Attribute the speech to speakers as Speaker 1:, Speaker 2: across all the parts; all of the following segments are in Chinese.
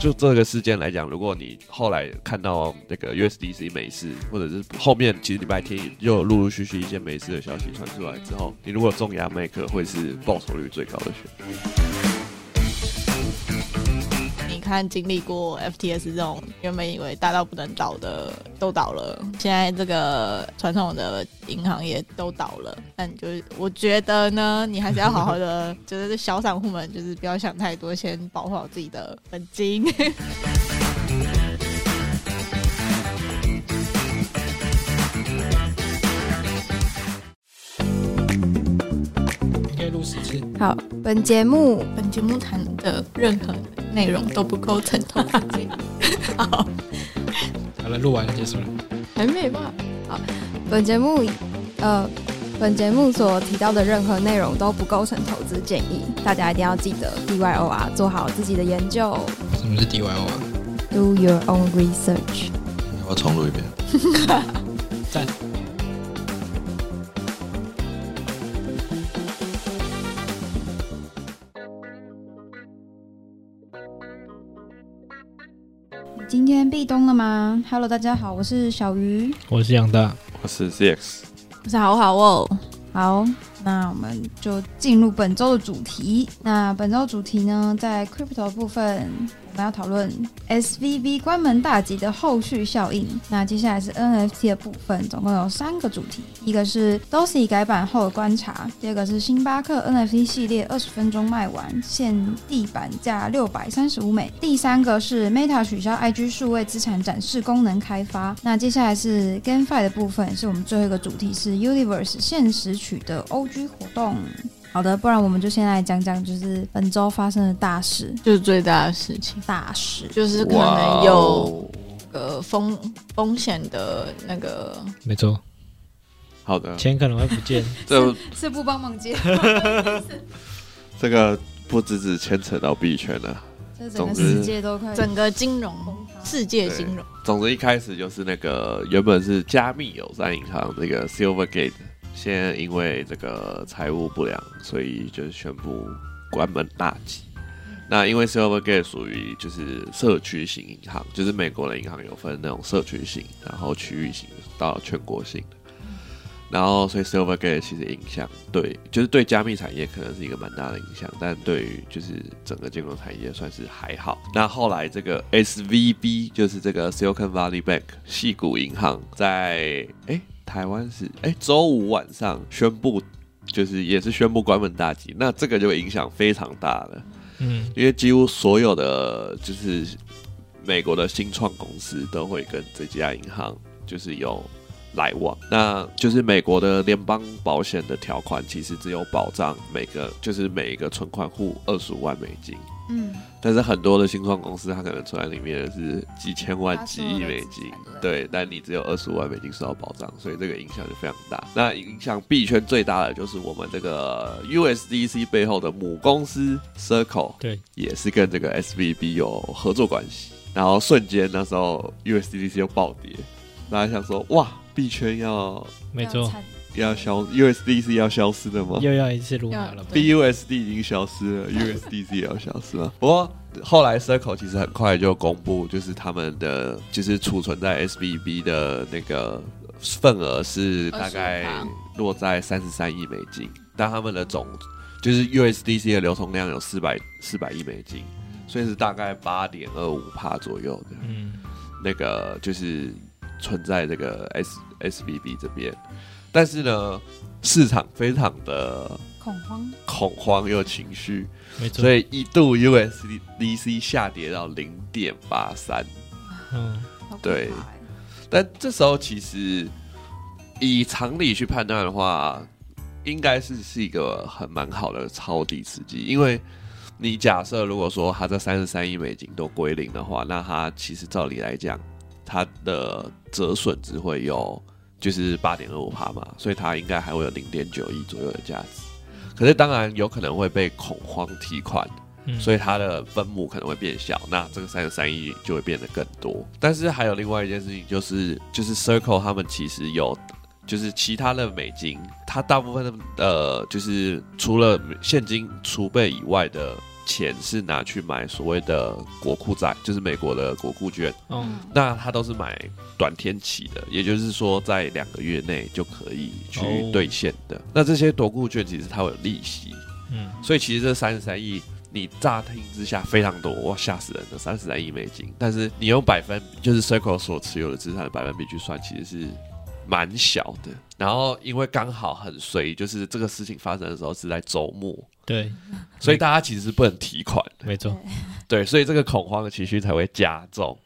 Speaker 1: 就这个事件来讲，如果你后来看到那个 USDC 美式，或者是后面其实礼拜天又有陆陆续续一些美式的消息传出来之后，你如果重压麦克，会是报酬率最高的选择。
Speaker 2: 你看，经历过 FTS 这种原本以为大到不能倒的都倒了，现在这个传统的银行也都倒了。但就是我觉得呢，你还是要好好的， 就是小散户们就是不要想太多，先保护好自己的本金。
Speaker 3: 应该录十次。
Speaker 4: 好，本节目
Speaker 2: 本节目谈的任何内容都不构成投资 建议。好，
Speaker 3: 好了，录完了，结束了。
Speaker 2: 还没吧？
Speaker 4: 本节目呃，本节目所提到的任何内容都不构成投资建议，大家一定要记得 D Y O R 做好自己的研究
Speaker 3: 什么是 DYO 啊？
Speaker 4: ，Do your own research。
Speaker 5: 我要重录一遍。
Speaker 3: 赞。
Speaker 6: 今天壁咚了吗？Hello，大家好，我是小鱼。
Speaker 3: 我是杨大，
Speaker 1: 我是 ZX，
Speaker 2: 我是好好哦。
Speaker 6: 好，那我们就进入本周的主题。那本周主题呢，在 crypto 部分，我们要讨论 SVB 关门大吉的后续效应。那接下来是 NFT 的部分，总共有三个主题，一个是 Dosi 改版后的观察，第二个是星巴克 NFT 系列二十分钟卖完，现地板价六百三十五美，第三个是 Meta 取消 IG 数位资产展示功能开发。那接下来是 GameFi 的部分，是我们最后一个主题是 Universe 限时取得 OG 活动。好的，不然我们就先来讲讲，就是本周发生的大事。
Speaker 2: 就是最大的事情，
Speaker 6: 大事，
Speaker 2: 就是可能有
Speaker 1: 哦
Speaker 2: 个风风险的那个
Speaker 3: 没错，
Speaker 1: 好的，
Speaker 3: 钱可能会不见，
Speaker 1: 这
Speaker 6: 是不帮忙接，
Speaker 1: 这个不只只牵扯到币圈啊了、
Speaker 6: 这整
Speaker 1: 总
Speaker 6: 个
Speaker 1: 之
Speaker 6: 世界都快
Speaker 2: 整个金融世界金融，
Speaker 1: 总之一开始就是那个原本是加密友善银行这个 Silvergate，现在因为这个财务不良，所以就是宣布关门大吉。那因为 Silvergate 属于就是社区型银行，就是美国的银行有分那种社区型，然后区域型到全国型的。然后，所以 Silvergate 其实影响对，就是对加密产业可能是一个蛮大的影响，但对于就是整个金融产业算是还好。那后来这个 SVB 就是这个 Silicon Valley Bank 系谷银行在哎台湾是哎周五晚上宣布，就是也是宣布关门大吉，那这个就影响非常大了。
Speaker 3: 嗯，
Speaker 1: 因为几乎所有的就是美国的新创公司都会跟这家银行就是有来往，那就是美国的联邦保险的条款其实只有保障每个就是每一个存款户二十五万美金，
Speaker 6: 嗯，
Speaker 1: 但是很多的新创公司它可能存在里面是几千万、
Speaker 6: 它
Speaker 1: 几
Speaker 6: 所有的
Speaker 1: 亿美金
Speaker 6: 资产，
Speaker 1: 对，但你只有二十五万美金受到保障，所以这个影响就非常大。那影响币圈最大的就是我们这个 USDC 背后的母公司 Circle，
Speaker 3: 对，
Speaker 1: 也是跟这个 SVB 有合作关系。然后瞬间那时候 USDC 又暴跌，大家想说哇，币圈要
Speaker 3: 没
Speaker 6: 要
Speaker 3: 错，
Speaker 6: 惨
Speaker 1: 要消 USDC 要消失的吗？
Speaker 3: 又要一次录拿了吧？
Speaker 2: 对
Speaker 1: BUSD 已经消失了，USDC 也要消失了。不过后来 Circle 其实很快就公布，就是他们的就是储存在 SVB 的那个份额是大概落在三十三亿美金，但他们的总就是 USDC 的流通量有四百四百亿美金，所以是大概八点二五帕左右的。
Speaker 3: 嗯，
Speaker 1: 那个就是存在这个 S S V B 这边，但是呢，市场非常的
Speaker 6: 恐慌，
Speaker 1: 恐慌又情绪，
Speaker 3: 没错，
Speaker 1: 所以一度 USDC 下跌到零点八三，
Speaker 3: 嗯，
Speaker 6: 好可怕
Speaker 1: 对
Speaker 6: 欸
Speaker 1: 但这时候其实以常理去判断的话，应该是是一个很蛮好的抄底时机，因为你假设如果说它这三十三亿美金都归零的话，那它其实照理来讲，它的折损只会有就是八点二五帕嘛，所以它应该还会有零点九亿左右的价值。可是当然有可能会被恐慌提款，
Speaker 3: 嗯
Speaker 1: 所
Speaker 3: 以
Speaker 1: 以它的分母可能会变小，那这个三十三亿就会变得更多。但是还有另外一件事情，就是就是 Circle 他们其实有就是其他的美金，它大部分的呃，就是除了现金储备以外的钱是拿去买所谓的国库债，就是美国的国库券。
Speaker 3: 嗯
Speaker 1: 那它都是买短天期的，也就是说在两个月内就可以去
Speaker 3: 哦
Speaker 1: 兑现的。那这些夺库券其实它会有利息，
Speaker 3: 嗯，
Speaker 1: 所以其实这三十三亿，你乍听之下非常多，哇，吓死人的三十三亿美金。但是你用百分，就是 Circle 所持有的资产的百分比去算，其实是蛮小的。然后因为刚好很随，就是这个事情发生的时候是在周末，
Speaker 3: 对，
Speaker 1: 所以大家其实是不能提款的。
Speaker 3: 没错，
Speaker 1: 对，所以这个恐慌的情绪才会加重。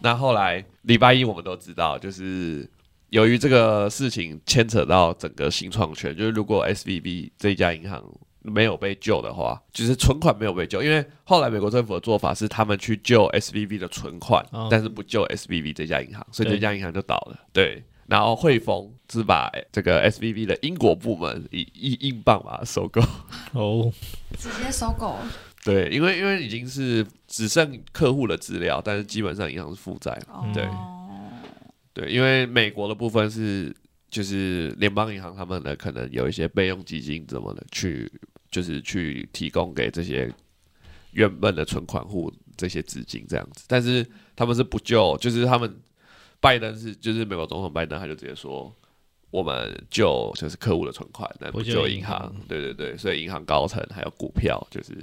Speaker 1: 那后来礼拜一我们都知道，就是由于这个事情牵扯到整个新创圈，就是如果 SVB 这一家银行没有被救的话，就是存款没有被救，因为后来美国政府的做法是他们去救 SVB 的存款，
Speaker 3: 哦
Speaker 1: 但是不救 SVB 这家银行，所以
Speaker 3: 对
Speaker 1: 这家银行就倒了。对。然后汇丰是把这个 SVB 的英国部门以以英镑把它收购，
Speaker 3: 哦，
Speaker 6: 直接收购，
Speaker 1: 对，因为因为已经是只剩客户的资料，但是基本上银行是负债嘛。
Speaker 6: 哦
Speaker 3: 对
Speaker 1: 对，因为美国的部分是就是联邦银行他们的可能有一些备用基金怎么的去就是去提供给这些原本的存款户这些资金这样子，但是他们是不救，就是他们拜登是就是美国总统拜登他就直接说。我们救就是客户的存款，但不
Speaker 3: 不救
Speaker 1: 救
Speaker 3: 银
Speaker 1: 银行
Speaker 3: 行。
Speaker 1: 对对对，所以银行高层还有股票，就是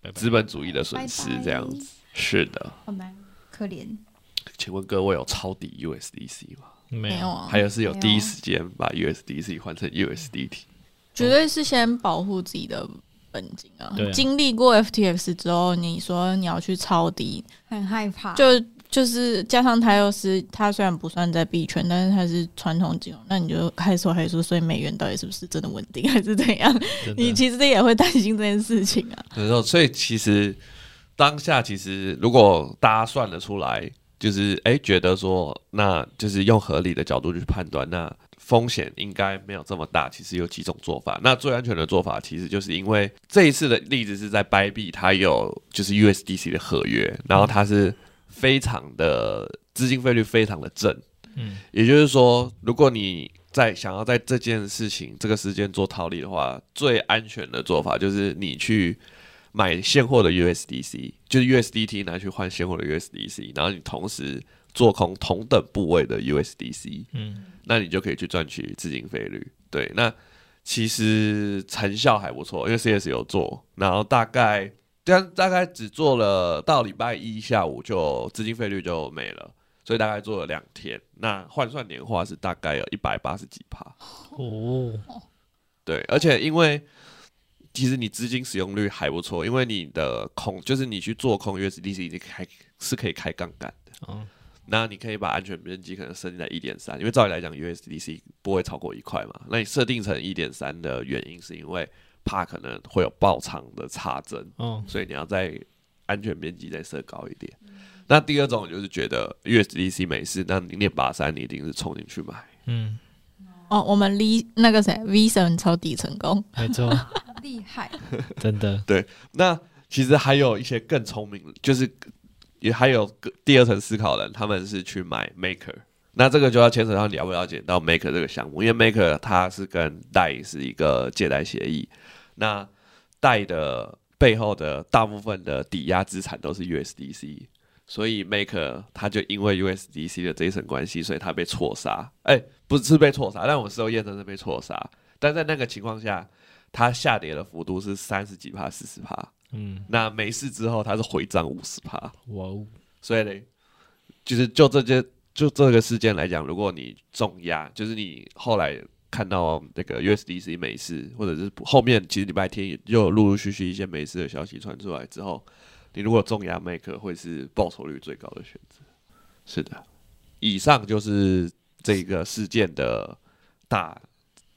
Speaker 3: 拜拜
Speaker 1: 资本主义的损失这样子。是的，
Speaker 6: 好难，可怜。
Speaker 1: 请问各位有抄底 USDC 吗？
Speaker 3: 没
Speaker 2: 没有
Speaker 3: 有，
Speaker 2: 啊，
Speaker 1: 还有是有
Speaker 6: 哦没有
Speaker 1: 第一时间把 USDC 换成 USDT？
Speaker 2: 绝对是先保护自己的本金啊。
Speaker 3: 对啊
Speaker 2: 经历过 FTX 之后，你说你要去抄底，
Speaker 6: 很害怕，
Speaker 2: 就就是加上他又是他虽然不算在币圈，但是他是传统金融，那你就开始还说，所以美元到底是不是真的稳定，还是怎 样？
Speaker 1: 啊
Speaker 3: 真
Speaker 2: 你
Speaker 3: 的
Speaker 2: 其实也会担心这件事情啊。
Speaker 1: 然后，所以其实当下其实如果大家算得出来，就是哎、诶觉得说，那就是用合理的角度去判断，那风险应该没有这么大。其实有几种做法，那最安全的做法其实就是因为这一次的例子是在 b 币，它有就是 USDC 的合约，然后它是非常的资金费率非常的正，
Speaker 3: 嗯，
Speaker 1: 也就是说，如果你在想要在这件事情、这个事件做套利的话，最安全的做法就是你去买现货的 USDC，就是 USDT 拿去换现货的 USDC，然后你同时做空同等部位的 USDC，
Speaker 3: 嗯，
Speaker 1: 那你就可以去赚取资金费率。对，那其实成效还不错，因为 CS 有做，然后大概但大概只做了到礼拜一下午就资金费率就没了，所以大概做了两天。那换算年化是大概有一百八十几趴。
Speaker 3: 哦，
Speaker 1: 对，而且因为其实你资金使用率还不错，因为你的空就是你去做空 USDC 你开是可以开杠杆的。
Speaker 3: 哦，
Speaker 1: 那你可以把安全边际可能设定在一点三，因为照理来讲 USDC 不会超过一块嘛。那你设定成一点三的原因是因为怕可能会有爆仓的差增，
Speaker 3: 哦，
Speaker 1: 所以你要在安全边际再设高一点。那第二种就是觉得 USDC 没事，那零点八三你一定是冲进去买。
Speaker 3: 嗯，
Speaker 2: 哦，我们离那个谁 Vision 抄底成功，
Speaker 3: 没错，
Speaker 6: 厉害，
Speaker 3: 真的，
Speaker 1: 那其实还有一些更聪明，就是也还有个第二层思考的人，他们是去买 Maker。那这个就要牵扯到你了不了解到 Maker 这个项目，因为 Maker 它是跟 DAI 是一个借贷协议，那 DAI 的背后的大部分的抵押资产都是 USDC，所以 Maker 它就因为 USDC 的这一层关系，所以它被错杀。哎、不是被错杀，但我们事后验证是被错杀。但在那个情况下，它下跌的幅度是三十几趴、四十趴，
Speaker 3: 嗯，
Speaker 1: 那没事之后，它是回涨五十趴，
Speaker 3: 哇哦，
Speaker 1: 所以呢，就是就这件就这个事件来讲，如果你重压，就是你后来看到那个 USDC 美市，或者是后面其实礼拜天也又有陆陆续续一些美市的消息传出来之后，你如果重压 Make 会是报酬率最高的选择。是的，以上就是这个事件的大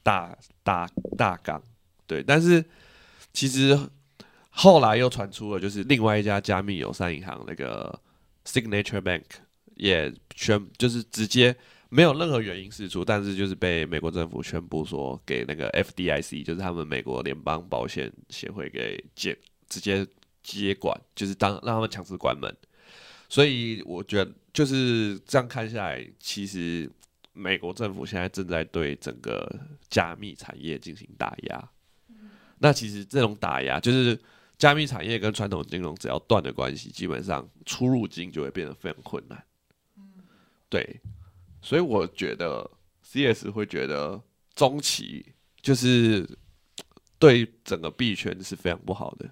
Speaker 1: 大大大纲。对，但是其实后来又传出了，就是另外一家加密友善银行那个 Signature Bank 也宣，就是直接没有任何原因释出，但是就是被美国政府宣布说给那个 FDIC，就是他们美国联邦保险协会给接直接接管，就是当让他们强制关门。所以我觉得就是这样看下来，其实美国政府现在正在对整个加密产业进行打压。那其实这种打压，就是加密产业跟传统金融只要断的关系，基本上出入金就会变得非常困难。对，所以我觉得 CS 会觉得中期就是对整个币圈是非常不好的，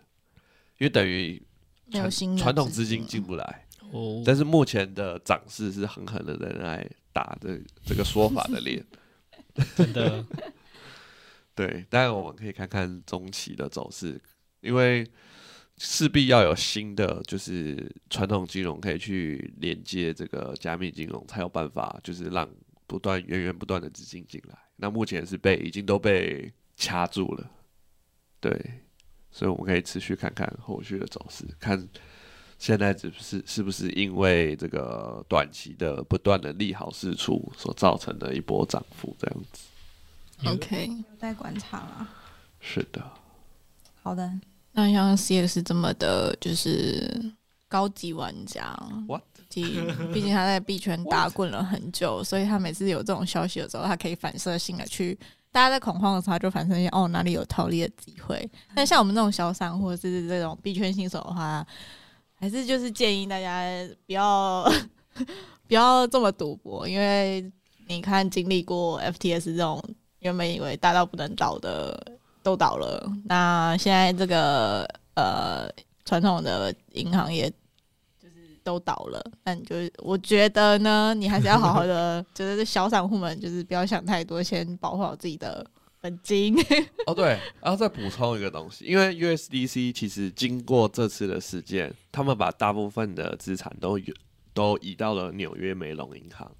Speaker 1: 因为等于
Speaker 2: 没有新的
Speaker 1: 传统资金进不来。
Speaker 3: 哦，
Speaker 1: 但是目前的涨势是狠狠的在来打这这个说法的脸。
Speaker 3: 真的，
Speaker 1: 对，当然我们可以看看中期的走势，因为势必要有新的，就是传统金融可以去连接这个加密金融，才有办法就是让不断源源不断的资金进来。那目前是被已经都被掐住了，对，所以我们可以持续看看后续的走势，看现在只是是不是因为这个短期的不断的利好事出所造成的一波涨幅，这样子。
Speaker 2: OK，
Speaker 6: 有待观察啦。
Speaker 1: 是的。
Speaker 6: 好的，
Speaker 2: 那像 CS 这么的，就是高级玩家
Speaker 1: What？
Speaker 2: 毕毕竟他在币圈打滚了很久，所以他每次有这种消息的时候，他可以反射性的去，大家在恐慌的时候，他就反射性哦哪里有逃离的机会。但像我们这种小散户或者是这种币圈新手的话，还是就是建议大家不要 不要这么赌博，因为你看经历过 FTS 这种原本以为大到不能倒的都倒了，那现在这个呃传统的银行也就是都倒了，那你就我觉得呢，你还是要好好的，就是小散户们就是不要想太多，先保护好自己的本金。
Speaker 1: 哦，对，然后再补充一个东西，因为 USDC 其实经过这次的事件，他们把大部分的资产都有都移到了纽约梅隆银行。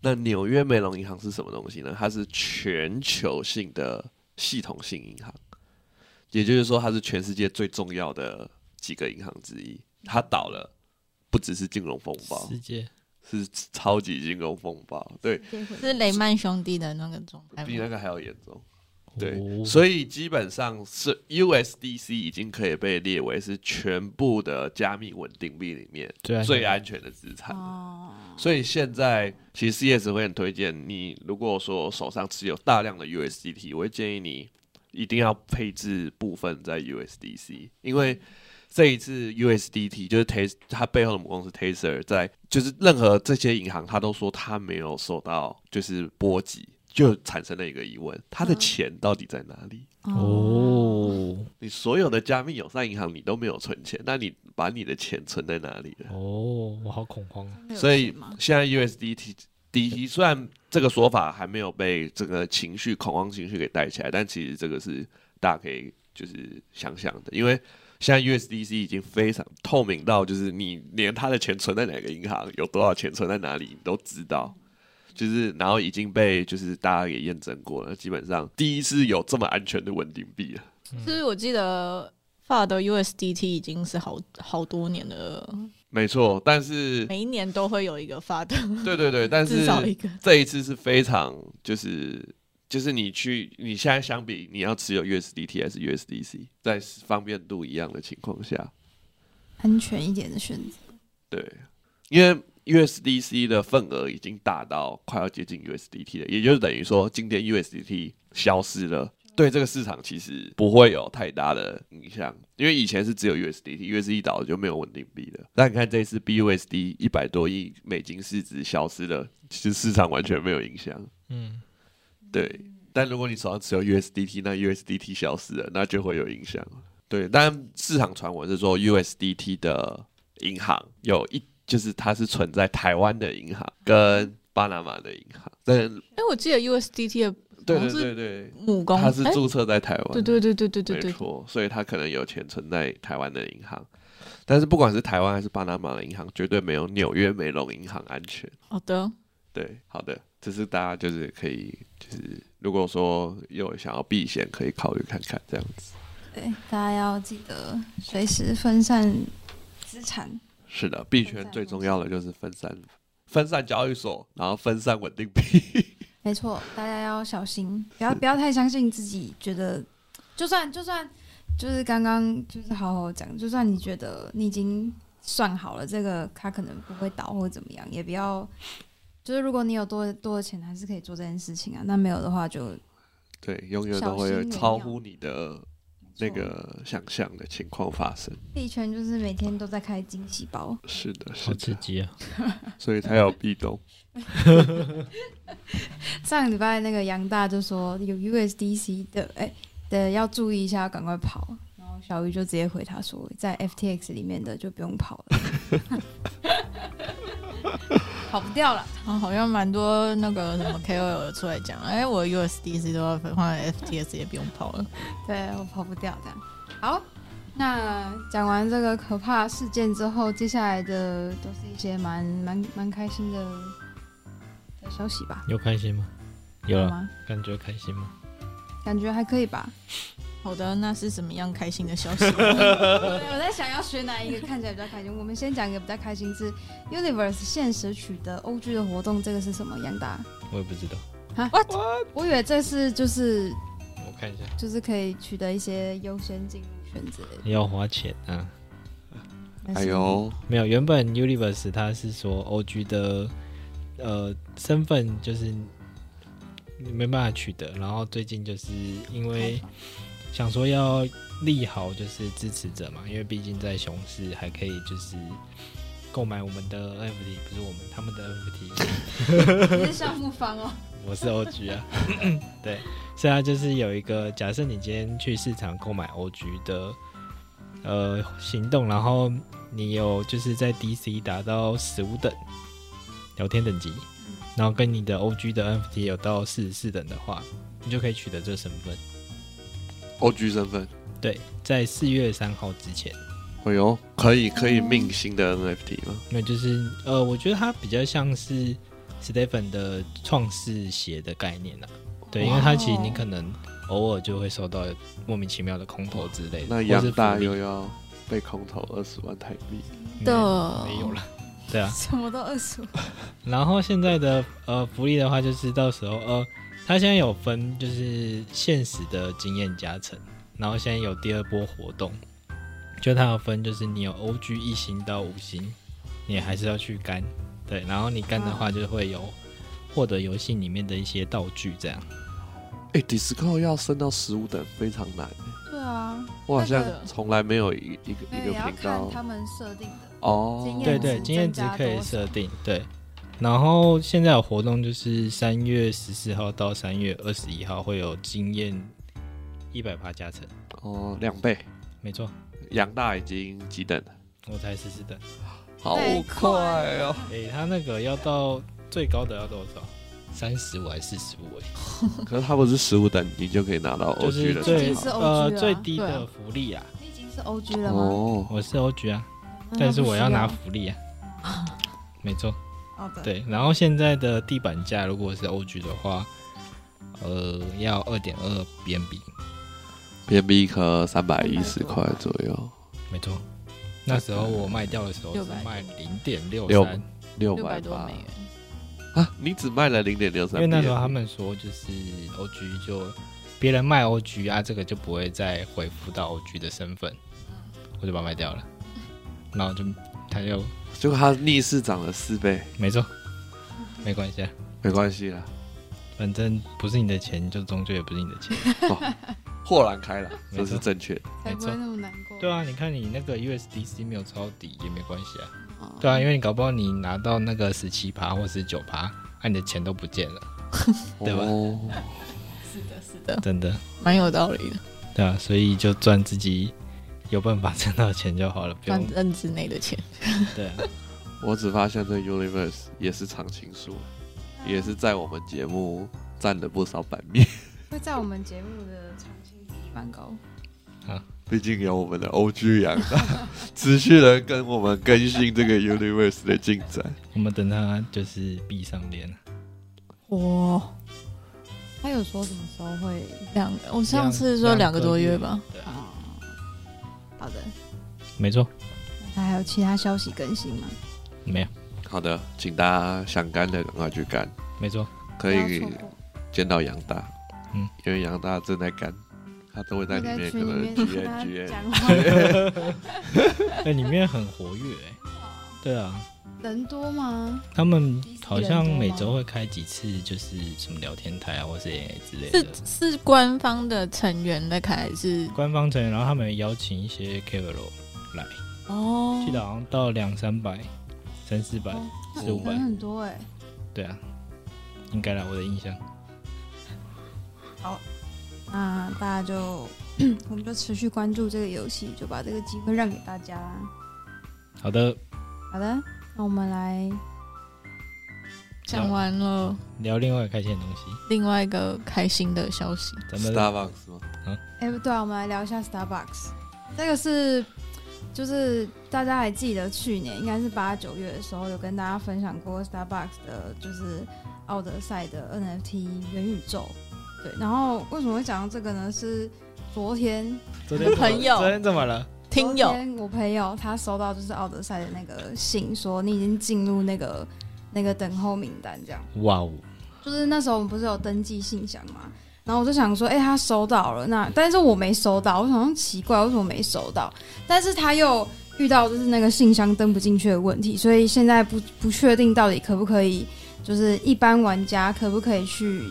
Speaker 1: 那纽约梅隆银行是什么东西呢？它是全球性的系统性银行，也就是说，它是全世界最重要的几个银行之一。它倒了，不只是金融风暴，
Speaker 3: 世界
Speaker 1: 是超级金融风暴。对，
Speaker 2: 是雷曼兄弟的那个状态
Speaker 1: 比
Speaker 2: 吗
Speaker 1: 那？个还要严重。对，
Speaker 3: 哦
Speaker 1: 所以基本上是 USDC 已经可以被列为是全部的加密稳定币里面
Speaker 3: 最安全
Speaker 1: 最安全的资产。
Speaker 6: 哦，
Speaker 1: 所以现在其实 CS 会很推荐你，如果说手上持有大量的 USDT，我会建议你一定要配置部分在 USDC，因为这一次 USDT 就是 t a s 它背后的母公司 Taser 在就是任何这些银行，它都说它没有受到就是波及，就产生了一个疑问，它的钱到底在哪里？
Speaker 6: 嗯
Speaker 3: 哦
Speaker 1: 你所有的加密友善银行你都没有存钱，那你把你的钱存在哪里了？
Speaker 3: 哦，我好恐慌啊，
Speaker 1: 所以现在 USDT DT 虽然这个说法还没有被这个情绪恐慌情绪给带起来，但其实这个是大家可以就是想想的，因为现在 USDC 已经非常透明到，就是你连他的钱存在哪个银行，有多少钱存在哪里，你都知道。就是，然后已经被就是大家给验证过了，基本上第一次有这么安全的稳定币了。
Speaker 2: 就是我记得法的 USDT 已经是好好多年的，
Speaker 1: 没错，但是
Speaker 2: 每一年都会有一个法的，
Speaker 1: 对对对，但是
Speaker 2: 至少一个。
Speaker 1: 这一次是非常就是就是你去你现在相比你要持有 USDT 还是 USDC，在方便度一样的情况下，
Speaker 6: 安全一点的选择。
Speaker 1: 对，因为 USDC 的份额已经大到快要接近 USDT 了，也就是等于说今天 USDT 消失了。对这个市场其实不会有太大的影响，因为以前是只有 USDT，USDT 倒了就没有稳定币了。但你看这次 BUSD 一百多亿美金市值消失了，其实市场完全没有影响。
Speaker 3: 嗯，
Speaker 1: 对，但如果你手上持有 USDT，那 USDT 消失了，那就会有影响。对，但市场传闻是说 USDT 的银行有一，就是它是存在台湾的银行
Speaker 2: 嗯
Speaker 1: 跟巴拿马的银行，但
Speaker 2: 哎，我记得 USDT 的
Speaker 1: 对
Speaker 2: 好像
Speaker 1: 对对
Speaker 2: 是
Speaker 1: 对，
Speaker 2: 母公
Speaker 1: 它是
Speaker 2: 哎
Speaker 1: 注册在台湾，
Speaker 2: 对对对对对对
Speaker 1: 没
Speaker 2: 对，
Speaker 1: 错，所以它可能有钱存在台湾的银行。但是不管是台湾还是巴拿马的银行，绝对没有纽约梅隆银行安全。
Speaker 2: 好的，
Speaker 1: 对，好的，这是大家就是可以，就是如果说有想要避险，可以考虑看看这样子。
Speaker 6: 对，大家要记得随时分散资产。
Speaker 1: 是的，币圈最重要的就是分
Speaker 3: 嗯
Speaker 1: 散，分散交易所，然后分散稳定 币。
Speaker 6: 没错，大家要小心，不要不要太相信自己，觉得就算就算就是刚刚就是好好讲，就算你觉得你已经算好了这个它可能不会倒或者怎么样，也不要就是如果你有多多的钱，还是可以做这件事情啊。那没有的话就，
Speaker 1: 对，永远都会
Speaker 6: 小心
Speaker 1: 有
Speaker 6: 为妙
Speaker 1: 超乎你的那
Speaker 6: 没错
Speaker 1: 个想象的情况发生。
Speaker 6: 币圈就是每天都在开惊喜包，
Speaker 1: 是的，是
Speaker 3: 好刺
Speaker 1: 的，
Speaker 3: 激啊！
Speaker 1: 所以才有壁咚。
Speaker 6: 上个礼拜那个杨大就说有 USDC 的，哎、的要注意一下，赶快跑。然后小鱼就直接回他说，在 FTX 里面的就不用跑了，跑不掉了。
Speaker 2: 啊，好像蛮多那个什么 KOL 有出来讲，哎、我 USDC 都要放在 FTS 也不用跑了。
Speaker 6: 对我跑不掉这样。好，那讲完这个可怕事件之后，接下来的都是一些蛮蛮蛮开心的的消息吧？
Speaker 3: 有开心吗？有啊了，
Speaker 6: 吗？
Speaker 3: 感觉开心吗？
Speaker 6: 感觉还可以吧？
Speaker 2: 好的，那是什么样开心的消 息？
Speaker 6: 对，我在想要选哪一个看起来比较开心。我们先讲一个比较开心是 Universe 限时取得 OG 的活动，这个是什么？杨达，
Speaker 3: 我也不知道，
Speaker 6: 我以为这是就是
Speaker 3: 我看一下。
Speaker 6: 就是可以取得一些优先进入选之类的。
Speaker 3: 要花钱啊！嗯
Speaker 6: 但是
Speaker 1: 哎，呦，
Speaker 3: 没有，原本 Universe 它是说 OG 的呃身份就是没办法取得，然后最近就是因为想说要利好就是支持者嘛，因为毕竟在熊市还可以就是购买我们的 NFT，不是我们他们的 NFT。
Speaker 6: 你是项目方哦。
Speaker 3: 我是 OG 啊，对，所以它就是有一个，假设你今天去市场购买 OG 的呃行动，然后你有就是在 DC 达到十五等聊天等级，然后跟你的 OG 的 NFT 有到四十四等的话，你就可以取得这身份。
Speaker 1: ，OG 身份，
Speaker 3: 对，在四月三号之前，
Speaker 1: 哎呦，可以可以命新的 NFT 吗？
Speaker 3: 那就是呃，我觉得它比较像是 Stephen 的创世鞋的概念啊，对，因为它其实你可能偶尔就会收到莫名其妙的空投之类的，
Speaker 1: 那
Speaker 3: 或
Speaker 1: 杨
Speaker 3: 是
Speaker 1: 大
Speaker 3: 福利
Speaker 1: 又要被空投二十万台币，
Speaker 3: 没
Speaker 2: 的
Speaker 3: 没有了，对啊。
Speaker 6: 什么都二十五，
Speaker 3: 然后现在的呃福利的话，就是到时候呃，它现在有分就是现实的经验加成，然后现在有第二波活动，就它有分就是你有 OG 一星到五星，你还是要去干，对，然后你干的话就会有获得游戏里面的一些道具这样。
Speaker 1: 哎，Disco 要升到十五等非常难，
Speaker 6: 对啊，
Speaker 1: 我好像
Speaker 2: 那个
Speaker 1: 从来没有一一个
Speaker 6: 没
Speaker 1: 一
Speaker 6: 有
Speaker 1: 个
Speaker 6: 也哎要
Speaker 1: 频
Speaker 6: 看
Speaker 1: 道
Speaker 6: 他们设定的。经
Speaker 1: 哦，
Speaker 3: 对
Speaker 6: 验
Speaker 3: 对，
Speaker 6: 值
Speaker 3: 经验值
Speaker 6: 增加
Speaker 3: 可以
Speaker 6: 多
Speaker 3: 设定对。然后现在有活动就是三月十四号到三月二十一号会有经验一百趴加成，
Speaker 1: 哦，两倍，
Speaker 3: 没错，
Speaker 1: 杨大已经几等了？
Speaker 3: 我才十四等。
Speaker 1: 好
Speaker 6: 太
Speaker 1: 快
Speaker 6: 快
Speaker 1: 哦！
Speaker 3: 诶、他那个要到最高的要多少？三十五还是四十五？哎，
Speaker 1: 可是他不是十五等，你就可以拿到
Speaker 3: 就
Speaker 1: OG
Speaker 3: 是
Speaker 1: 的
Speaker 6: 已
Speaker 3: 最
Speaker 1: 称
Speaker 6: 经是
Speaker 1: 号
Speaker 6: OG
Speaker 3: 呃
Speaker 6: 了啊
Speaker 3: 最低
Speaker 2: 对啊
Speaker 3: 的福利啊。
Speaker 6: 你已经是 OG 了吗？
Speaker 1: 哦。
Speaker 3: 我是 OG 啊，
Speaker 6: 那
Speaker 3: 但是
Speaker 6: 不
Speaker 3: 我要
Speaker 6: 需
Speaker 3: 拿福利啊。
Speaker 6: 嗯
Speaker 3: 没错，
Speaker 6: 哦，对，
Speaker 3: 对。然后现在的地板价如果是 OG 的话，呃，要二点二 BNB。
Speaker 1: BNB 一颗三百一十块左右，
Speaker 3: 没错，那时候我卖掉的时候是
Speaker 2: 600
Speaker 3: 卖零点六
Speaker 1: 六
Speaker 3: 三，
Speaker 1: 六
Speaker 2: 六
Speaker 1: 百
Speaker 2: 百多
Speaker 1: 八
Speaker 2: 美元，
Speaker 1: 啊！你只卖了零点六
Speaker 3: 因
Speaker 1: 三，
Speaker 3: 为那时候他们说就是 OG 就别人卖 OG 啊，这个就不会再回复到 OG 的身份，我就把它卖掉了，然后就他就
Speaker 1: 结果它逆势涨了四倍，
Speaker 3: 没错，没关系啊，
Speaker 1: 没关系啦，
Speaker 3: 反正不是你的钱，就终究也不是你 的钱。
Speaker 1: 豁然开朗，
Speaker 3: 没
Speaker 1: 这
Speaker 3: 错
Speaker 1: 是正确的。
Speaker 6: 才不会
Speaker 3: 没错
Speaker 6: 那么难过。
Speaker 3: 对啊，你看你那个 USDC 没有抄底也没关系啊，
Speaker 6: 哦
Speaker 3: 对啊，因为你搞不好你拿到那个十七趴或十九趴，啊，你的钱都不见了，对吧
Speaker 1: 哦，
Speaker 2: 是的，是
Speaker 6: 啊
Speaker 2: 的，
Speaker 3: 真的。
Speaker 2: 蛮有道理的，
Speaker 3: 对啊，所以就赚自己有办法 挣到钱就好了，不
Speaker 2: 赚
Speaker 3: 用
Speaker 2: 认知内的钱。
Speaker 3: 对啊，
Speaker 1: 我只发现这 Universe 也是常青树，也是在我们节目占了不少版面，
Speaker 6: 会在我们节目的长青比例蛮高。
Speaker 1: 毕竟有我们的 OG 养大，持续的跟我们更新这个 Universe 的进展。
Speaker 3: 我们等他就是闭上脸，
Speaker 2: 哇，
Speaker 6: 他有说什么时候会？
Speaker 2: 两个，我上次说两个多月吧。
Speaker 3: 对啊，
Speaker 6: 哦，好的。
Speaker 3: 没错，
Speaker 6: 那他还有其他消息更新吗？
Speaker 3: 没有，
Speaker 1: 好的，请大家想干的赶快去干，
Speaker 3: 没错，
Speaker 1: 可
Speaker 6: 不要
Speaker 1: 以
Speaker 6: 错过
Speaker 1: 见到杨大，
Speaker 3: 嗯，
Speaker 1: 因为杨大正在干，他都会在
Speaker 6: 那
Speaker 1: 里
Speaker 6: 在
Speaker 1: 面可能
Speaker 6: 群里面
Speaker 1: G
Speaker 6: 跟
Speaker 1: N G
Speaker 6: 他
Speaker 1: N，
Speaker 6: 讲话，
Speaker 3: 哎 那里面很活跃、欸，对啊，
Speaker 6: 人多吗？
Speaker 3: 他们好像
Speaker 6: 一人多吗
Speaker 3: 每周会开几次，就是什么聊天台啊，或是 AA 之类
Speaker 2: 是
Speaker 3: 的。
Speaker 2: 是官方的成员在开还是
Speaker 3: 官方成员，然后他们邀请一些 KOL 来，
Speaker 2: 哦
Speaker 3: 记得好像到两三百、三四百、
Speaker 6: 哦
Speaker 3: 四五百
Speaker 6: 人，很多哎、
Speaker 3: 对啊，应该啦，我的印象。
Speaker 6: 那大家就 我们就持续关注这个游戏，就把这个机会让给大家。
Speaker 3: 好的，
Speaker 6: 好的，那我们来
Speaker 2: 讲完了
Speaker 3: 聊另外一个开心的东西，
Speaker 2: 另外一个开心的消息，
Speaker 3: 咱们
Speaker 1: Starbucks 吗？
Speaker 6: 哎、对啊，我们来聊一下 Starbucks。这个是，就是大家还记得去年应该是八九月的时候，有跟大家分享过 Starbucks 的，就是奥德赛的 NFT 元宇宙。对，然后为什么会讲到这个呢？是昨天
Speaker 3: 昨天怎么了
Speaker 2: 朋友
Speaker 3: 昨天怎么了？
Speaker 2: 听友
Speaker 6: 昨天我朋友他收到就是奥德赛的那个信，说你已经进入那个那个等候名单，这样。
Speaker 3: 哇哦，
Speaker 6: 就是那时候我们不是有登记信箱嘛，然后我就想说，哎、他收到了，那但是我没收到，我想说奇怪，为什么没收到？但是他又遇到就是那个信箱登不进去的问题，所以现在不不确定到底可不可以，就是一般玩家可不可以去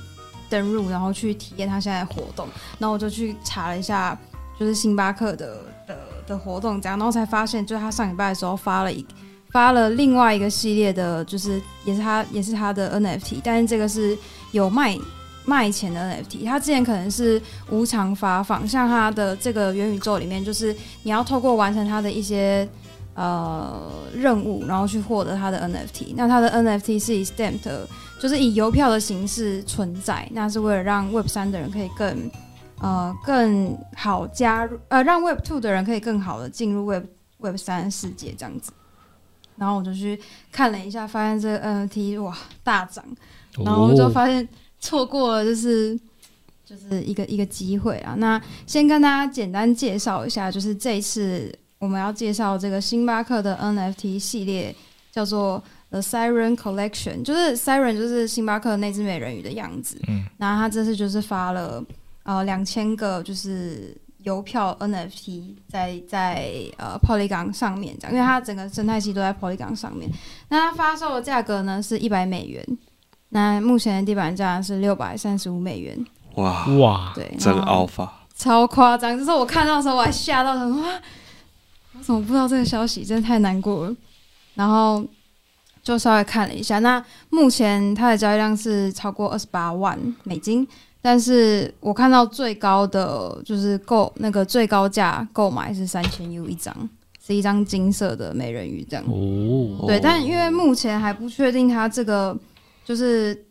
Speaker 6: 登入，然后去体验他现在的活动。然后我就去查了一下，就是星巴克的的的活动这样，然后才发现，就是他上礼拜的时候发了一发了另外一个系列的，就是也是他也是他的 NFT，但是这个是有卖卖钱的 NFT，他之前可能是无偿发放，像他的这个元宇宙里面，就是你要透过完成他的一些呃任务，然后去获得他的 NFT。那他的 NFT 是以 stamp 的，就是以邮票的形式存在，那是为了让 Web 三的人可以更呃更好加入，呃让 Web two 的人可以更好的进入 Web Web 三世界这样子。然后我就去看了一下，发现这个 NFT 哇大涨。
Speaker 3: 哦
Speaker 6: 然后我就发现错过了，就是就是一个一个机会啊。那先跟大家简单介绍一下，就是这一次我们要介绍这个星巴克的 NFT 系列，叫做 The Siren Collection，就是 Siren 就是星巴克那只美人鱼的样子。
Speaker 3: 嗯，
Speaker 6: 然后他这次就是发了呃两千个就是邮票 NFT 在在呃 Polygon 上面这样，因为它整个生态系都在 Polygon 上面。那它发售的价格呢是一百美元，那目前的地板价是六百三十五美元，
Speaker 1: 哇，
Speaker 3: 哇，
Speaker 6: 对，
Speaker 1: 啊真哦
Speaker 6: 然后
Speaker 1: alpha，
Speaker 6: 超夸张！就是我看到的时候我还吓到，想说哇，我怎么不知道这个消息？真的太难过了。然后就稍微看了一下，那目前它的交易量是超过二十八万美金，但是我看到最高的就是购那个最高价购买是三千 U 一张，是一张金色的美人鱼这样。
Speaker 3: 哦，
Speaker 6: 对，
Speaker 1: 哦
Speaker 6: 但因为目前还不确定它这个就是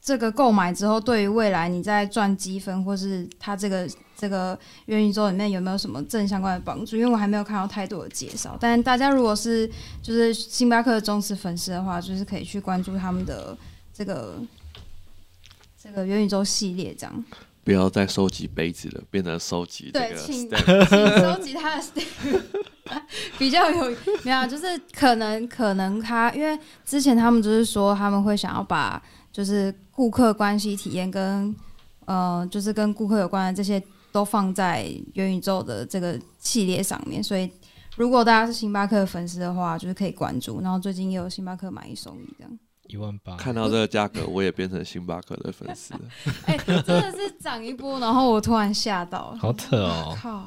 Speaker 6: 这个购买之后，对于未来你在赚积分或是它这个这个元宇宙里面有没有什么正相关的帮助，因为我还没有看到太多的介绍。但大家如果是就是星巴克的忠实粉丝的话，就是可以去关注他们的这个这个元宇宙系列这样。
Speaker 1: 不要再收集杯子了，变成收集这
Speaker 6: 对，
Speaker 1: 个
Speaker 6: 请
Speaker 1: stamp。
Speaker 6: 请收集他的 比较有没有啊？就是可能可能他，因为之前他们就是说他们会想要把就是顾客关系体验跟呃就是跟顾客有关的这些都放在元宇宙的这个系列上面，所以如果大家是星巴克的粉丝的话，就是可以关注。然后最近也有星巴克买一送一这样，
Speaker 3: 一万八，
Speaker 1: 看到这个价格，我也变成星巴克的粉丝了。
Speaker 6: 哎、真的是涨一波，然后我突然吓到，
Speaker 3: 好扯哦，
Speaker 6: 靠！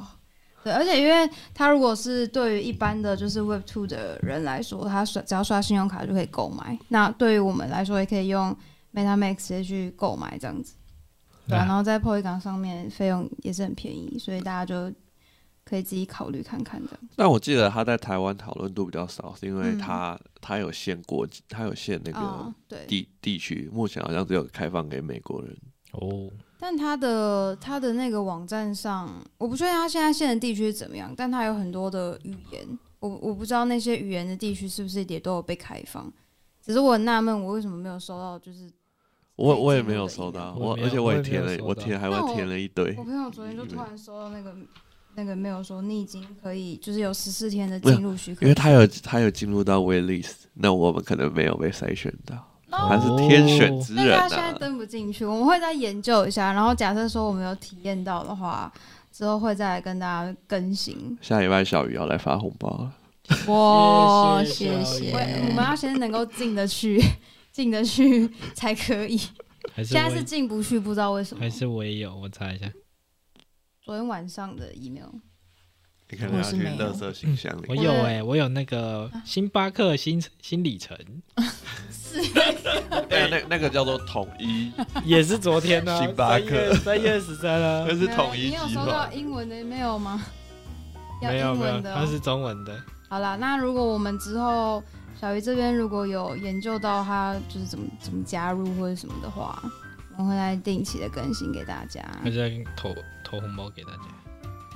Speaker 6: 对，而且因为它如果是对于一般的就是 Web Two 的人来说，他刷只要刷信用卡就可以购买。那对于我们来说，也可以用 MetaMax 直接去购买这样子。 对、啊，然
Speaker 3: 啊
Speaker 6: 后在 Polygon 上面费用也是很便宜，所以大家就可以自己考虑看看的。
Speaker 1: 但我记得他在台湾讨论度比较少，是因为
Speaker 6: 嗯
Speaker 1: 他、他有限国际，他有限那
Speaker 6: 啊
Speaker 1: 个、
Speaker 6: 对，
Speaker 1: 地、地区，目前好像只有开放给美国人。
Speaker 3: 哦，
Speaker 6: 但它的它的那个网站上，我不确定它现在限的地区是怎么样，但它有很多的语言，我我不知道那些语言的地区是不是也都有被开放。只是我很纳闷，我为什么没有收到？就是
Speaker 1: 我
Speaker 6: 对
Speaker 1: 我也
Speaker 6: 进入
Speaker 1: 没有
Speaker 6: 的
Speaker 1: 收
Speaker 6: 应该
Speaker 1: 到，
Speaker 3: 我
Speaker 1: 我
Speaker 3: 也没
Speaker 1: 而
Speaker 3: 有
Speaker 1: 且
Speaker 3: 我
Speaker 1: 也
Speaker 3: 也没
Speaker 1: 填
Speaker 3: 有
Speaker 1: 了，
Speaker 3: 收
Speaker 1: 我
Speaker 3: 到
Speaker 1: 填还
Speaker 6: 那
Speaker 1: 完
Speaker 6: 我
Speaker 1: 填了一堆
Speaker 6: 我。朋友昨天就突然收到那个那个没有说你已经可以，就是有十四天的进入许可，
Speaker 1: 因为他有他有进入到 wait list，那我们可能没有被筛选到，
Speaker 6: 哦
Speaker 1: 他是天选之
Speaker 6: 但是
Speaker 1: 人
Speaker 6: 他现在
Speaker 1: 啊！
Speaker 6: 登不进去，我们会再研究一下。然后假设说我们有体验到的话，之后会再来跟大家更新。
Speaker 1: 下礼拜小鱼要来发红包了，
Speaker 2: 哇，
Speaker 3: 谢
Speaker 2: 谢
Speaker 3: 谢
Speaker 2: 谢
Speaker 6: 我我们要先能够进得去，
Speaker 4: 进得去才可以。
Speaker 3: 还是
Speaker 4: 现在
Speaker 3: 我
Speaker 4: 是
Speaker 3: 也
Speaker 4: 进不去，不知道为什么
Speaker 3: 还。是我也有，我查一下，
Speaker 4: 昨天晚上的 email，
Speaker 1: 你可能
Speaker 6: 我
Speaker 1: 要
Speaker 6: 是
Speaker 1: 去
Speaker 6: 没有
Speaker 1: 垃圾信箱
Speaker 3: 我
Speaker 1: 里。
Speaker 3: 有哎、我有那个星巴克新新里程，
Speaker 1: 对啊，那那个叫做统 一，
Speaker 3: 也是昨天 呢、
Speaker 1: 星巴克
Speaker 3: 三月十三啊
Speaker 1: 那，是统一
Speaker 6: 你有
Speaker 1: 集
Speaker 6: 收到
Speaker 1: 团。
Speaker 6: 英文的 email 吗？ 要
Speaker 3: 没有
Speaker 6: 英
Speaker 3: 没有，
Speaker 6: 文的哦、
Speaker 3: 它是中文的，
Speaker 6: 好啦，那如果我们之后小鱼这边如果有研究到他就是怎么怎么加入或者什么的话，我们会来定期的更新给大家。
Speaker 3: 他就在投投红包给大家。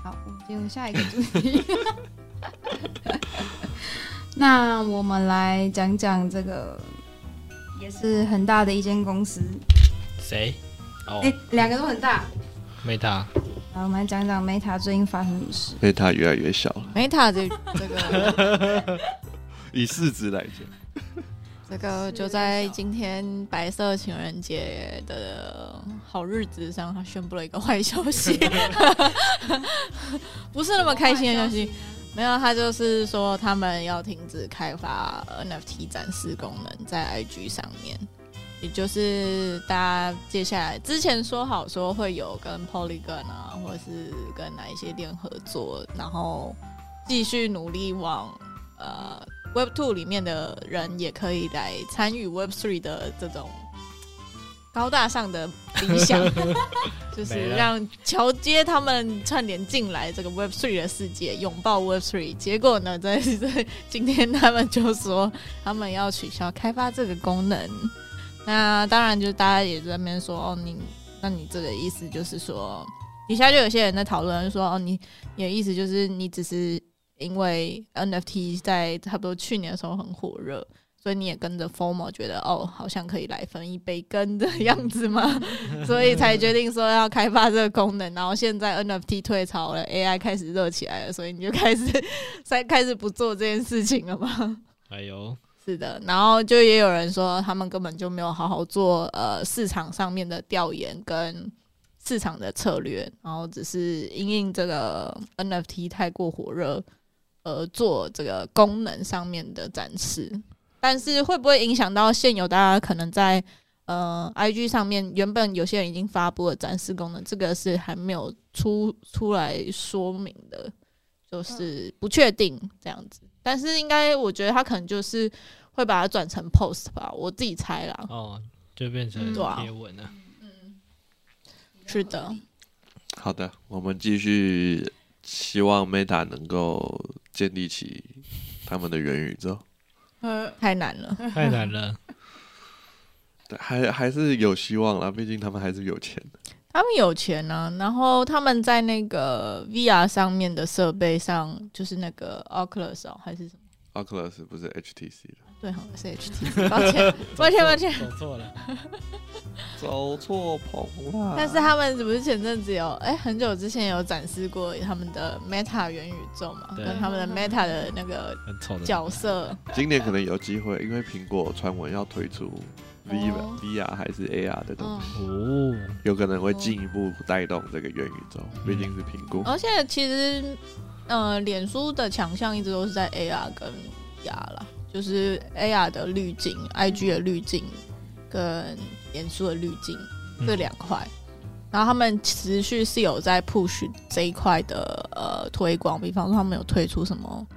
Speaker 6: 好，我们进入下一个主题。 那我们来讲讲这个也是很大的一间公司，
Speaker 3: 谁？哦
Speaker 6: 哎、，两个都很大。
Speaker 3: 没他，
Speaker 6: 好，我们来讲讲 Meta 最近发生什么事。
Speaker 1: 因为它越来越小了，
Speaker 2: Meta 这这个
Speaker 1: 以市值来讲，
Speaker 2: 这个就在今天白色情人节的好日子上，他宣布了一个坏消息， 不是那么开心的消息。没有，他就是说他们要停止开发 NFT 展示功能在 IG 上面，也就是大家接下来之前说好说会有跟 Polygon 啊，或者是跟哪一些店合作，然后继续努力往呃 Web Two 里面的人也可以来参与 Web Three 的这种高大上的理想，就是让桥接他们串联进来这个 Web Three 的世界，拥抱 Web Three。结果呢，在在今天他们就说他们要取消开发这个功能。那当然，就是大家也在那边说哦，你那你这个意思就是说，底下就有些人在讨论说哦，你你的意思就是你只是因为 NFT 在差不多去年的时候很火热，所以你也跟着 FOMO 觉得哦，好像可以来分一杯羹的样子嘛，所以才决定说要开发这个功能。然后现在 NFT 退潮了，AI 开始热起来了，所以你就开始 才开始不做这件事情了吗？
Speaker 3: 哎呦，
Speaker 2: 是的，然后就也有人说，他们根本就没有好好做呃市场上面的调研跟市场的策略，然后只是因应这个 NFT 太过火热，呃，做这个功能上面的展示。但是会不会影响到现有大家可能在呃 IG 上面原本有些人已经发布了展示功能，这个是还没有出出来说明的，就是不确定这样子。但是应该我觉得他可能就是会把它转成 post 吧，我自己猜啦。
Speaker 3: 哦，就变成
Speaker 2: 对啊
Speaker 3: 贴文了。
Speaker 2: 是的，
Speaker 1: 好的，我们继续希望 Meta 能够建立起他们的元宇宙。
Speaker 6: 呃，
Speaker 2: 太难了。
Speaker 3: 太难了，
Speaker 1: 对，还还是有希望啦，毕竟他们还是有钱的。
Speaker 2: 他们有钱呢、然后他们在那个 VR 上面的设备上，就是那个 Oculus 哦，还是什么？
Speaker 1: Oculus 不是 HTC 的，
Speaker 2: 对，好像是 HTC，抱歉，抱歉，抱歉。
Speaker 3: 走错了，
Speaker 1: 走错棚啦
Speaker 2: 但是他们不是前阵子有哎、很久之前有展示过他们的 Meta 元宇宙嘛，
Speaker 3: 对
Speaker 2: 跟他们的 Meta 的那个
Speaker 3: 很丑的
Speaker 2: 角色，
Speaker 1: 今年可能有机会，因为苹果传闻要推出 V
Speaker 2: 哦
Speaker 1: VR 还是 AR 的东
Speaker 2: 嗯
Speaker 1: 西，。
Speaker 3: 哦，
Speaker 1: 有可能会进一步带动这个元宇宙，
Speaker 2: 哦
Speaker 1: 毕竟是苹果。
Speaker 2: 而且其实，呃，脸书的强项一直都是在 AR 跟 VR 啦，就是 AR 的滤镜、IG 的滤镜跟脸书的滤镜这两块。然后他们持续是有在 push 这一块的呃推广，比方说他们有推出什么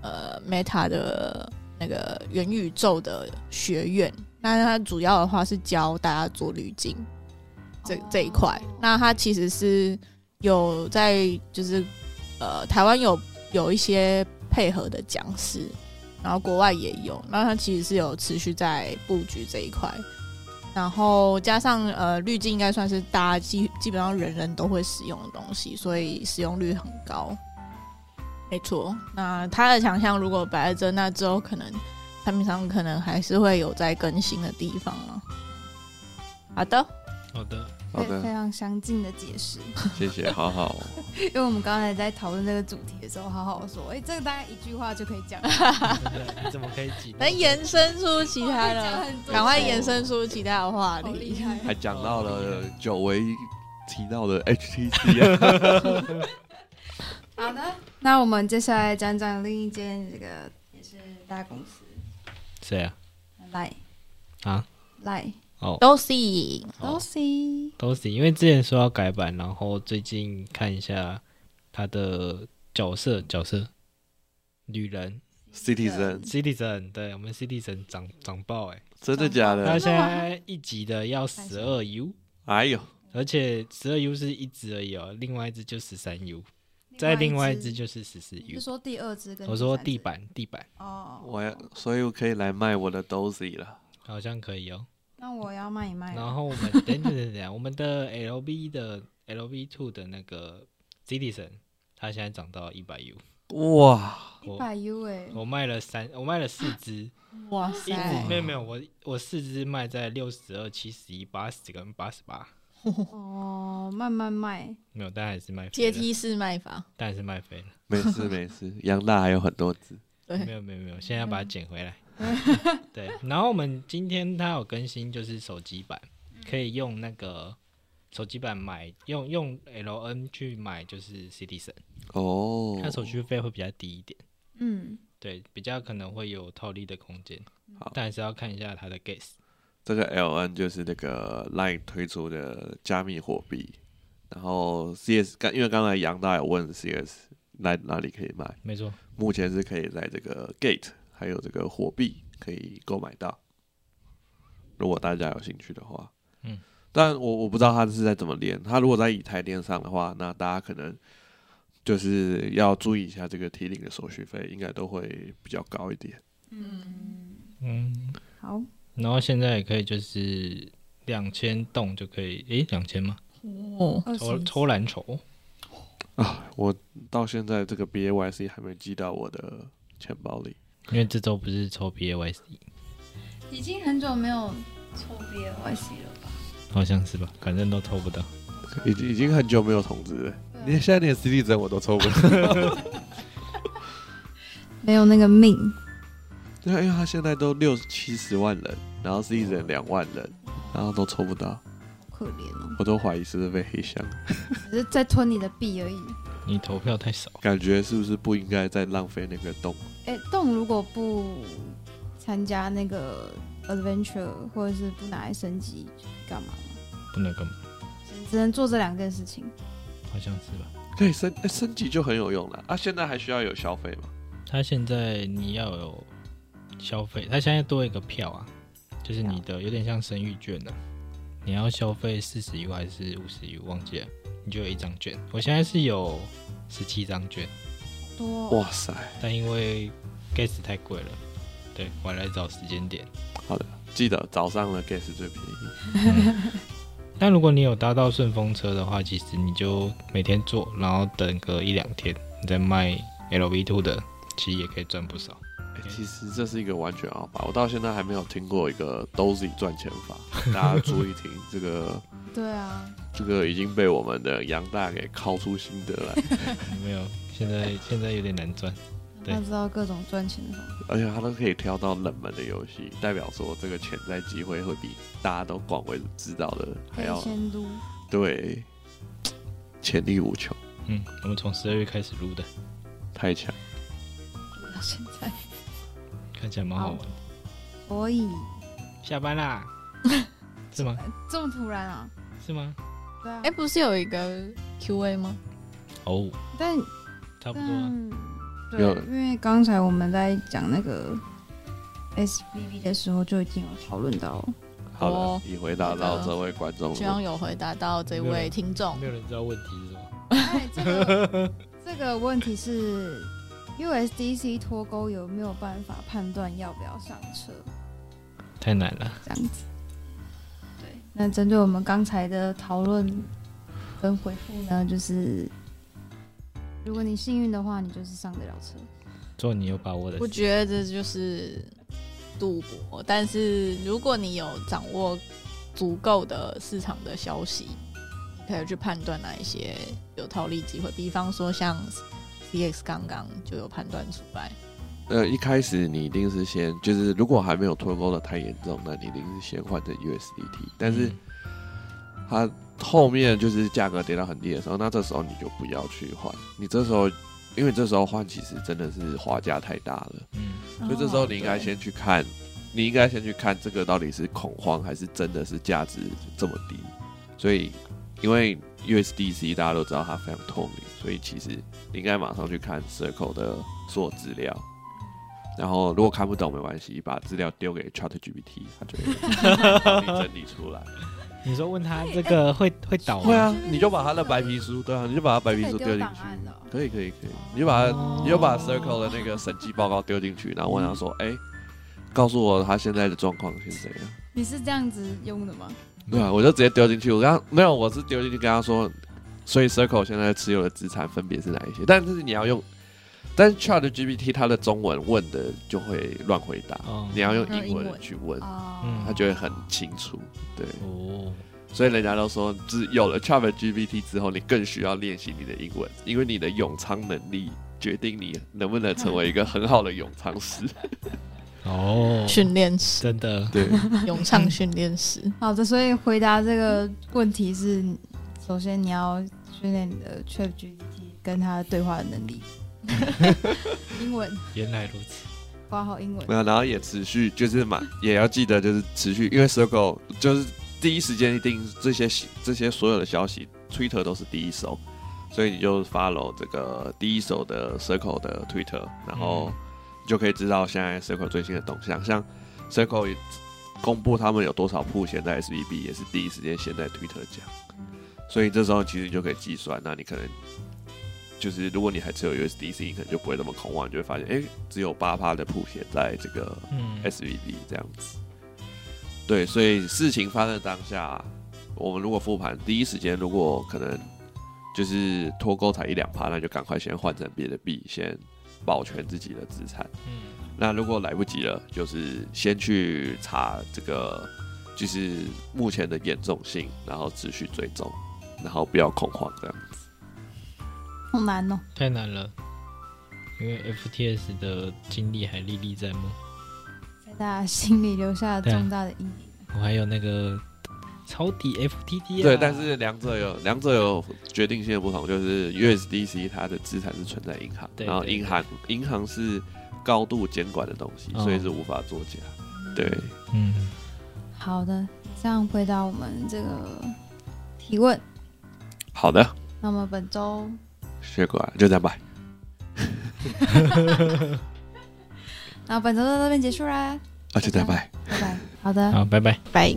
Speaker 2: 呃 Meta 的那个元宇宙的学院，那它主要的话是教大家做滤镜这这一块。那它其实是有在就是呃台湾有有一些配合的讲师，然后国外也有，那它其实是有持续在布局这一块。然后加上呃滤镜应该算是大家基基本上人人都会使用的东西，所以使用率很高。没错，那它的强项如果摆在这，那之后可能产品上可能还是会有在更新的地方了。好的，
Speaker 3: 好的，
Speaker 1: 好
Speaker 6: 非非
Speaker 1: 的，
Speaker 6: 常详尽的解释。
Speaker 1: 谢谢，好好。
Speaker 6: 因为我们刚才在讨论这个主题的时候，好好说，哎、这个大概一句话就可以讲，
Speaker 3: 真的你怎么可以挤？
Speaker 2: 能延伸出其他
Speaker 6: 哇可以讲
Speaker 2: 的，
Speaker 6: 很多
Speaker 2: 赶快延伸出其他的话
Speaker 6: 好厉
Speaker 2: 题。
Speaker 6: 害。
Speaker 1: 还讲到了久违提到的 HTC 啊，
Speaker 6: 好的，那我们接下来讲讲另一间这个也是大公司
Speaker 3: 谁啊？
Speaker 6: 来
Speaker 3: 啊，
Speaker 6: 来
Speaker 3: 哦，
Speaker 2: 都是以
Speaker 3: 哦
Speaker 6: Lucy，
Speaker 3: 都是因为之前说要改版，然后最近看一下他的角色角色，女人
Speaker 1: Citizen，
Speaker 3: Citizen，对我们 Citizen 长长爆哎、
Speaker 1: 真的假
Speaker 3: 他
Speaker 1: 的？
Speaker 3: 现在一集的要十二 U，
Speaker 1: 哎呦，
Speaker 3: 而且十二 U 是一只而已哦，另外一只就十三 U，再另外一只就是十四
Speaker 6: 你
Speaker 3: U
Speaker 6: 是。说第二只跟
Speaker 3: 我说
Speaker 6: 第三只
Speaker 3: 地板地板
Speaker 6: 哦，
Speaker 1: 我要，所以我可以来卖我的 Dozy 了。
Speaker 3: 好像可以哦。
Speaker 6: 那我要卖一卖了，
Speaker 3: 然后我们等等等等，我们的 LB 的 LB Two 的那个 Citizen，它现在涨到一百 U，
Speaker 1: 哇，
Speaker 6: 一
Speaker 3: 我哦
Speaker 6: 百 U 哎，
Speaker 3: 我卖了三，我卖了四只。
Speaker 2: 哇
Speaker 3: 一直
Speaker 2: 塞，
Speaker 3: 没有没有，我我四只卖在六十二、七十一、八十跟八十八，
Speaker 6: 哦，慢慢卖，
Speaker 3: 没有，但还是卖飞
Speaker 2: 阶
Speaker 3: 了，
Speaker 2: 梯式卖法，
Speaker 3: 但还是卖飞了。
Speaker 1: 没事没事，杨大还有很多只。
Speaker 3: 没有没有没有，现在要把它捡回来。对，然后我们今天它有更新，就是手机版可以用那个手机版买，用用 LN 去买，就是 Citizen，
Speaker 1: 哦，
Speaker 3: 它手续费会比较低一点，
Speaker 6: 嗯，
Speaker 3: 对，比较可能会有套利的空间
Speaker 1: 好，
Speaker 3: 但还是要看一下它的 gas。
Speaker 1: 这个 LN 就是那个 Line 推出的加密货币，然后 CS 刚因为刚才杨大有问 CS 来哪里可以买，
Speaker 3: 没错，
Speaker 1: 目前是可以在这个 Gate 还有这个火币可以购买到，如果大家有兴趣的话，
Speaker 3: 嗯，
Speaker 1: 但我我不知道它是在怎么连，它如果在以太链上的话，那大家可能就是要注意一下这个提领的手续费，应该都会比较高一点。
Speaker 3: 嗯，
Speaker 6: 好，
Speaker 3: 然后现在也可以就是两千栋就可以，诶，两千吗？
Speaker 2: 哦，
Speaker 6: 二
Speaker 3: 抽
Speaker 6: 十
Speaker 3: 抽蓝筹，
Speaker 1: 啊，我到现在这个 BAYC 还没寄到我的钱包里。
Speaker 3: 因为这周不是抽 BAYC，
Speaker 6: 已经很久没有抽 B L Y C 了吧？
Speaker 3: 好像是吧？反正都抽不到。
Speaker 1: 已经已经很久没有通知了。
Speaker 6: 对啊
Speaker 1: 你现在 连 CD 针我都抽不到，
Speaker 6: 没有那个命，
Speaker 1: 对啊，因为他现在都六七十万人，然后 CD 针两万人，然后都抽不到，
Speaker 6: 好可怜哦，
Speaker 1: 我都怀疑是不是被黑箱。
Speaker 6: 只是在吞你的币而已。
Speaker 3: 你投票太少，
Speaker 1: 感觉是不是不应该再浪费那个洞？
Speaker 6: 哎、动如果不参加那个 adventure，或者是不拿来升级，干嘛呢？
Speaker 3: 不能干嘛？
Speaker 6: 只能做这两件事情。
Speaker 3: 好像是吧？
Speaker 1: 可以升、哎升级就很有用了啊！现在还需要有消费吗？
Speaker 3: 他现在你要有消费，他现在多一个票啊，就是你的有点像生育券啊，你要消费四十 U 还是五十 U 忘记了，你就有一张券。我现在是有十七张券，
Speaker 6: 多
Speaker 1: 哇塞！
Speaker 3: 但因为 gas 太贵了，对我还来找时间点。
Speaker 1: 好的，记得早上的 gas 最便宜。
Speaker 3: 但如果你有搭到顺风车的话，其实你就每天做，然后等个一两天，你再卖 LV two 的，其实也可以赚不少。
Speaker 1: 哎其实这是一个完全好法，我到现在还没有听过一个 dozy 赚钱法，大家注意听这个。
Speaker 6: 对啊，
Speaker 1: 这个已经被我们的杨大给靠出心得来，
Speaker 3: 没有，现在现在有点难赚。对
Speaker 6: 他知道各种赚钱的方法。
Speaker 1: 而且他都可以挑到冷门的游戏，代表说这个潜在机会会比大家都广为知道的还
Speaker 6: 可
Speaker 1: 要
Speaker 6: 以先撸，
Speaker 1: 对，潜力无穷，
Speaker 3: 嗯，我们从十二月开始录的，
Speaker 1: 太强。
Speaker 6: 撸到现在。
Speaker 3: 看起来蛮好玩的。
Speaker 6: 所以
Speaker 3: 下班 啦，是吗？
Speaker 6: 这么突然啊？
Speaker 3: 是吗？
Speaker 6: 对啊。
Speaker 2: 哎，不是有一个 Q&A 吗？
Speaker 3: 哦，
Speaker 6: 但
Speaker 3: 差不多啊。
Speaker 6: 但
Speaker 1: 有
Speaker 6: 嗯对，因为刚才我们在讲那个 S V V 的时候，就已经有讨论 到
Speaker 1: 好了
Speaker 2: 哦，
Speaker 1: 已回答到这位观众
Speaker 2: 希望
Speaker 1: 了。
Speaker 2: 有回答到这位听众
Speaker 3: 嗯没。有人知道问题是什么。
Speaker 6: 哎，这个这个问题是 USDC 脱钩有没有办法判断要不要上车？
Speaker 3: 太难了，
Speaker 6: 这样子。对，那针对我们刚才的讨论跟回复呢，就是如果你幸运的话，你就是上得了车。
Speaker 3: 做你有把握的
Speaker 2: 我
Speaker 3: 事。
Speaker 2: 觉得就是赌博，但是如果你有掌握足够的市场的消息，你可以去判断哪一些有套利机会。比方说像 CX 刚刚就有判断出来，
Speaker 1: 呃，一开始你一定是先，就是如果还没有脱钩的太严重，那你一定是先换成 USDT，但是
Speaker 3: 嗯
Speaker 1: 它后面就是价格跌到很低的时候，那这时候你就不要去换，你这时候。因为这时候换其实真的是花价太大了，
Speaker 3: 嗯，
Speaker 2: 哦
Speaker 1: 所以这时候你应该先去看你应该先去看这个到底是恐慌还是真的是价值这么低。所以，因为 USDC 大家都知道它非常透明，所以其实你应该马上去看 Circle 的所有资料。然后，如果看不懂没关系，把资料丢给 ChatGPT，它就会帮你整理出来。
Speaker 3: 你说问他这个会会倒吗？
Speaker 1: 会啊，你就把它的白皮书，对啊，你就把它白皮书丢进啊
Speaker 6: 档
Speaker 1: 去。
Speaker 6: 案了。
Speaker 1: 可以可以可以，你就把它
Speaker 3: 哦
Speaker 1: 你就把 Circle 的那个审计报告丢进去，然后问他说：“哎、告诉我他现在的状况是怎样
Speaker 6: 你是这样子用的吗？？”
Speaker 1: 对啊，我就直接丢进去。我刚没有，我是丢进去跟他说，所以 Circle 现在持有的资产分别是哪一些？但是你要用，但是 Chat GPT 它的中文问的就会乱回答，
Speaker 3: 哦
Speaker 1: 你要用
Speaker 2: 要用
Speaker 1: 英
Speaker 2: 英
Speaker 1: 文
Speaker 2: 文
Speaker 1: 去问，
Speaker 6: 哦
Speaker 3: 嗯，
Speaker 1: 呃它就会很清楚。对，
Speaker 3: 哦，
Speaker 1: 所以人家都说，就是有了 Chat GPT 之后，你更需要练习你的英文，因为你的永仓能力决定你能不能成为一个很好的永仓师。
Speaker 3: 哦，
Speaker 2: 训 练师，
Speaker 3: 真的
Speaker 1: 对，
Speaker 2: 咏唱训练师。
Speaker 6: 好的，所以回答这个问题是，首先你要训练你的 Chat GPT 跟他对话的能力， 英文，
Speaker 3: 原来如此。
Speaker 6: 挂好英文
Speaker 1: 没。有，然后也持续就是买，也要记得就是持续，因为 Circle 就是第一时间一定这些信这些所有的消息，Twitter 都是第一手，所以你就 follow 这个第一手的 Circle 的 Twitter，然后
Speaker 3: 嗯
Speaker 1: 你就可以知道现在 Circle 最新的动向，像 Circle 也公布他们有多少铺现在 SBB 也是第一时间先在 Twitter 讲，所以这时候其实你就可以计算，那你可能就是如果你还持有 USDC，你可能就不会那么恐慌，你就会发现，哎、只有八趴的谱写在这个
Speaker 3: 嗯
Speaker 1: SVB 这样子。对，所以事情发生的当下，我们如果复盘，第一时间如果可能就是脱钩才一两趴，那就赶快先换成别的币，先保全自己的资产。
Speaker 3: 嗯
Speaker 1: 那如果来不及了，就是先去查这个，就是目前的严重性，然后持续追踪，然后不要恐慌这样。
Speaker 6: 好难哦。
Speaker 3: 太难了，因为 FTS 的经历还历历在目，
Speaker 6: 在大家心里留下
Speaker 3: 对啊
Speaker 6: 重大的阴影。
Speaker 3: 我还有那个抄底 FTT，、啊、
Speaker 1: 对，但是两者有两者有决定性的不同，就是 USDC 它的资产是存在银行，
Speaker 3: 对
Speaker 1: 然后
Speaker 3: 对
Speaker 1: 银行银行是高度监管的东西，
Speaker 3: 哦
Speaker 1: 所以是无法作假。对，
Speaker 3: 嗯，
Speaker 6: 好的，这样回答我们这个提问。
Speaker 1: 好的，
Speaker 6: 那么本周
Speaker 1: 血管就这样吧。
Speaker 6: 那本周到这边结束啦，
Speaker 1: 啊，就这样吧。
Speaker 6: 拜拜。好的，
Speaker 3: 好，拜拜。
Speaker 2: 拜。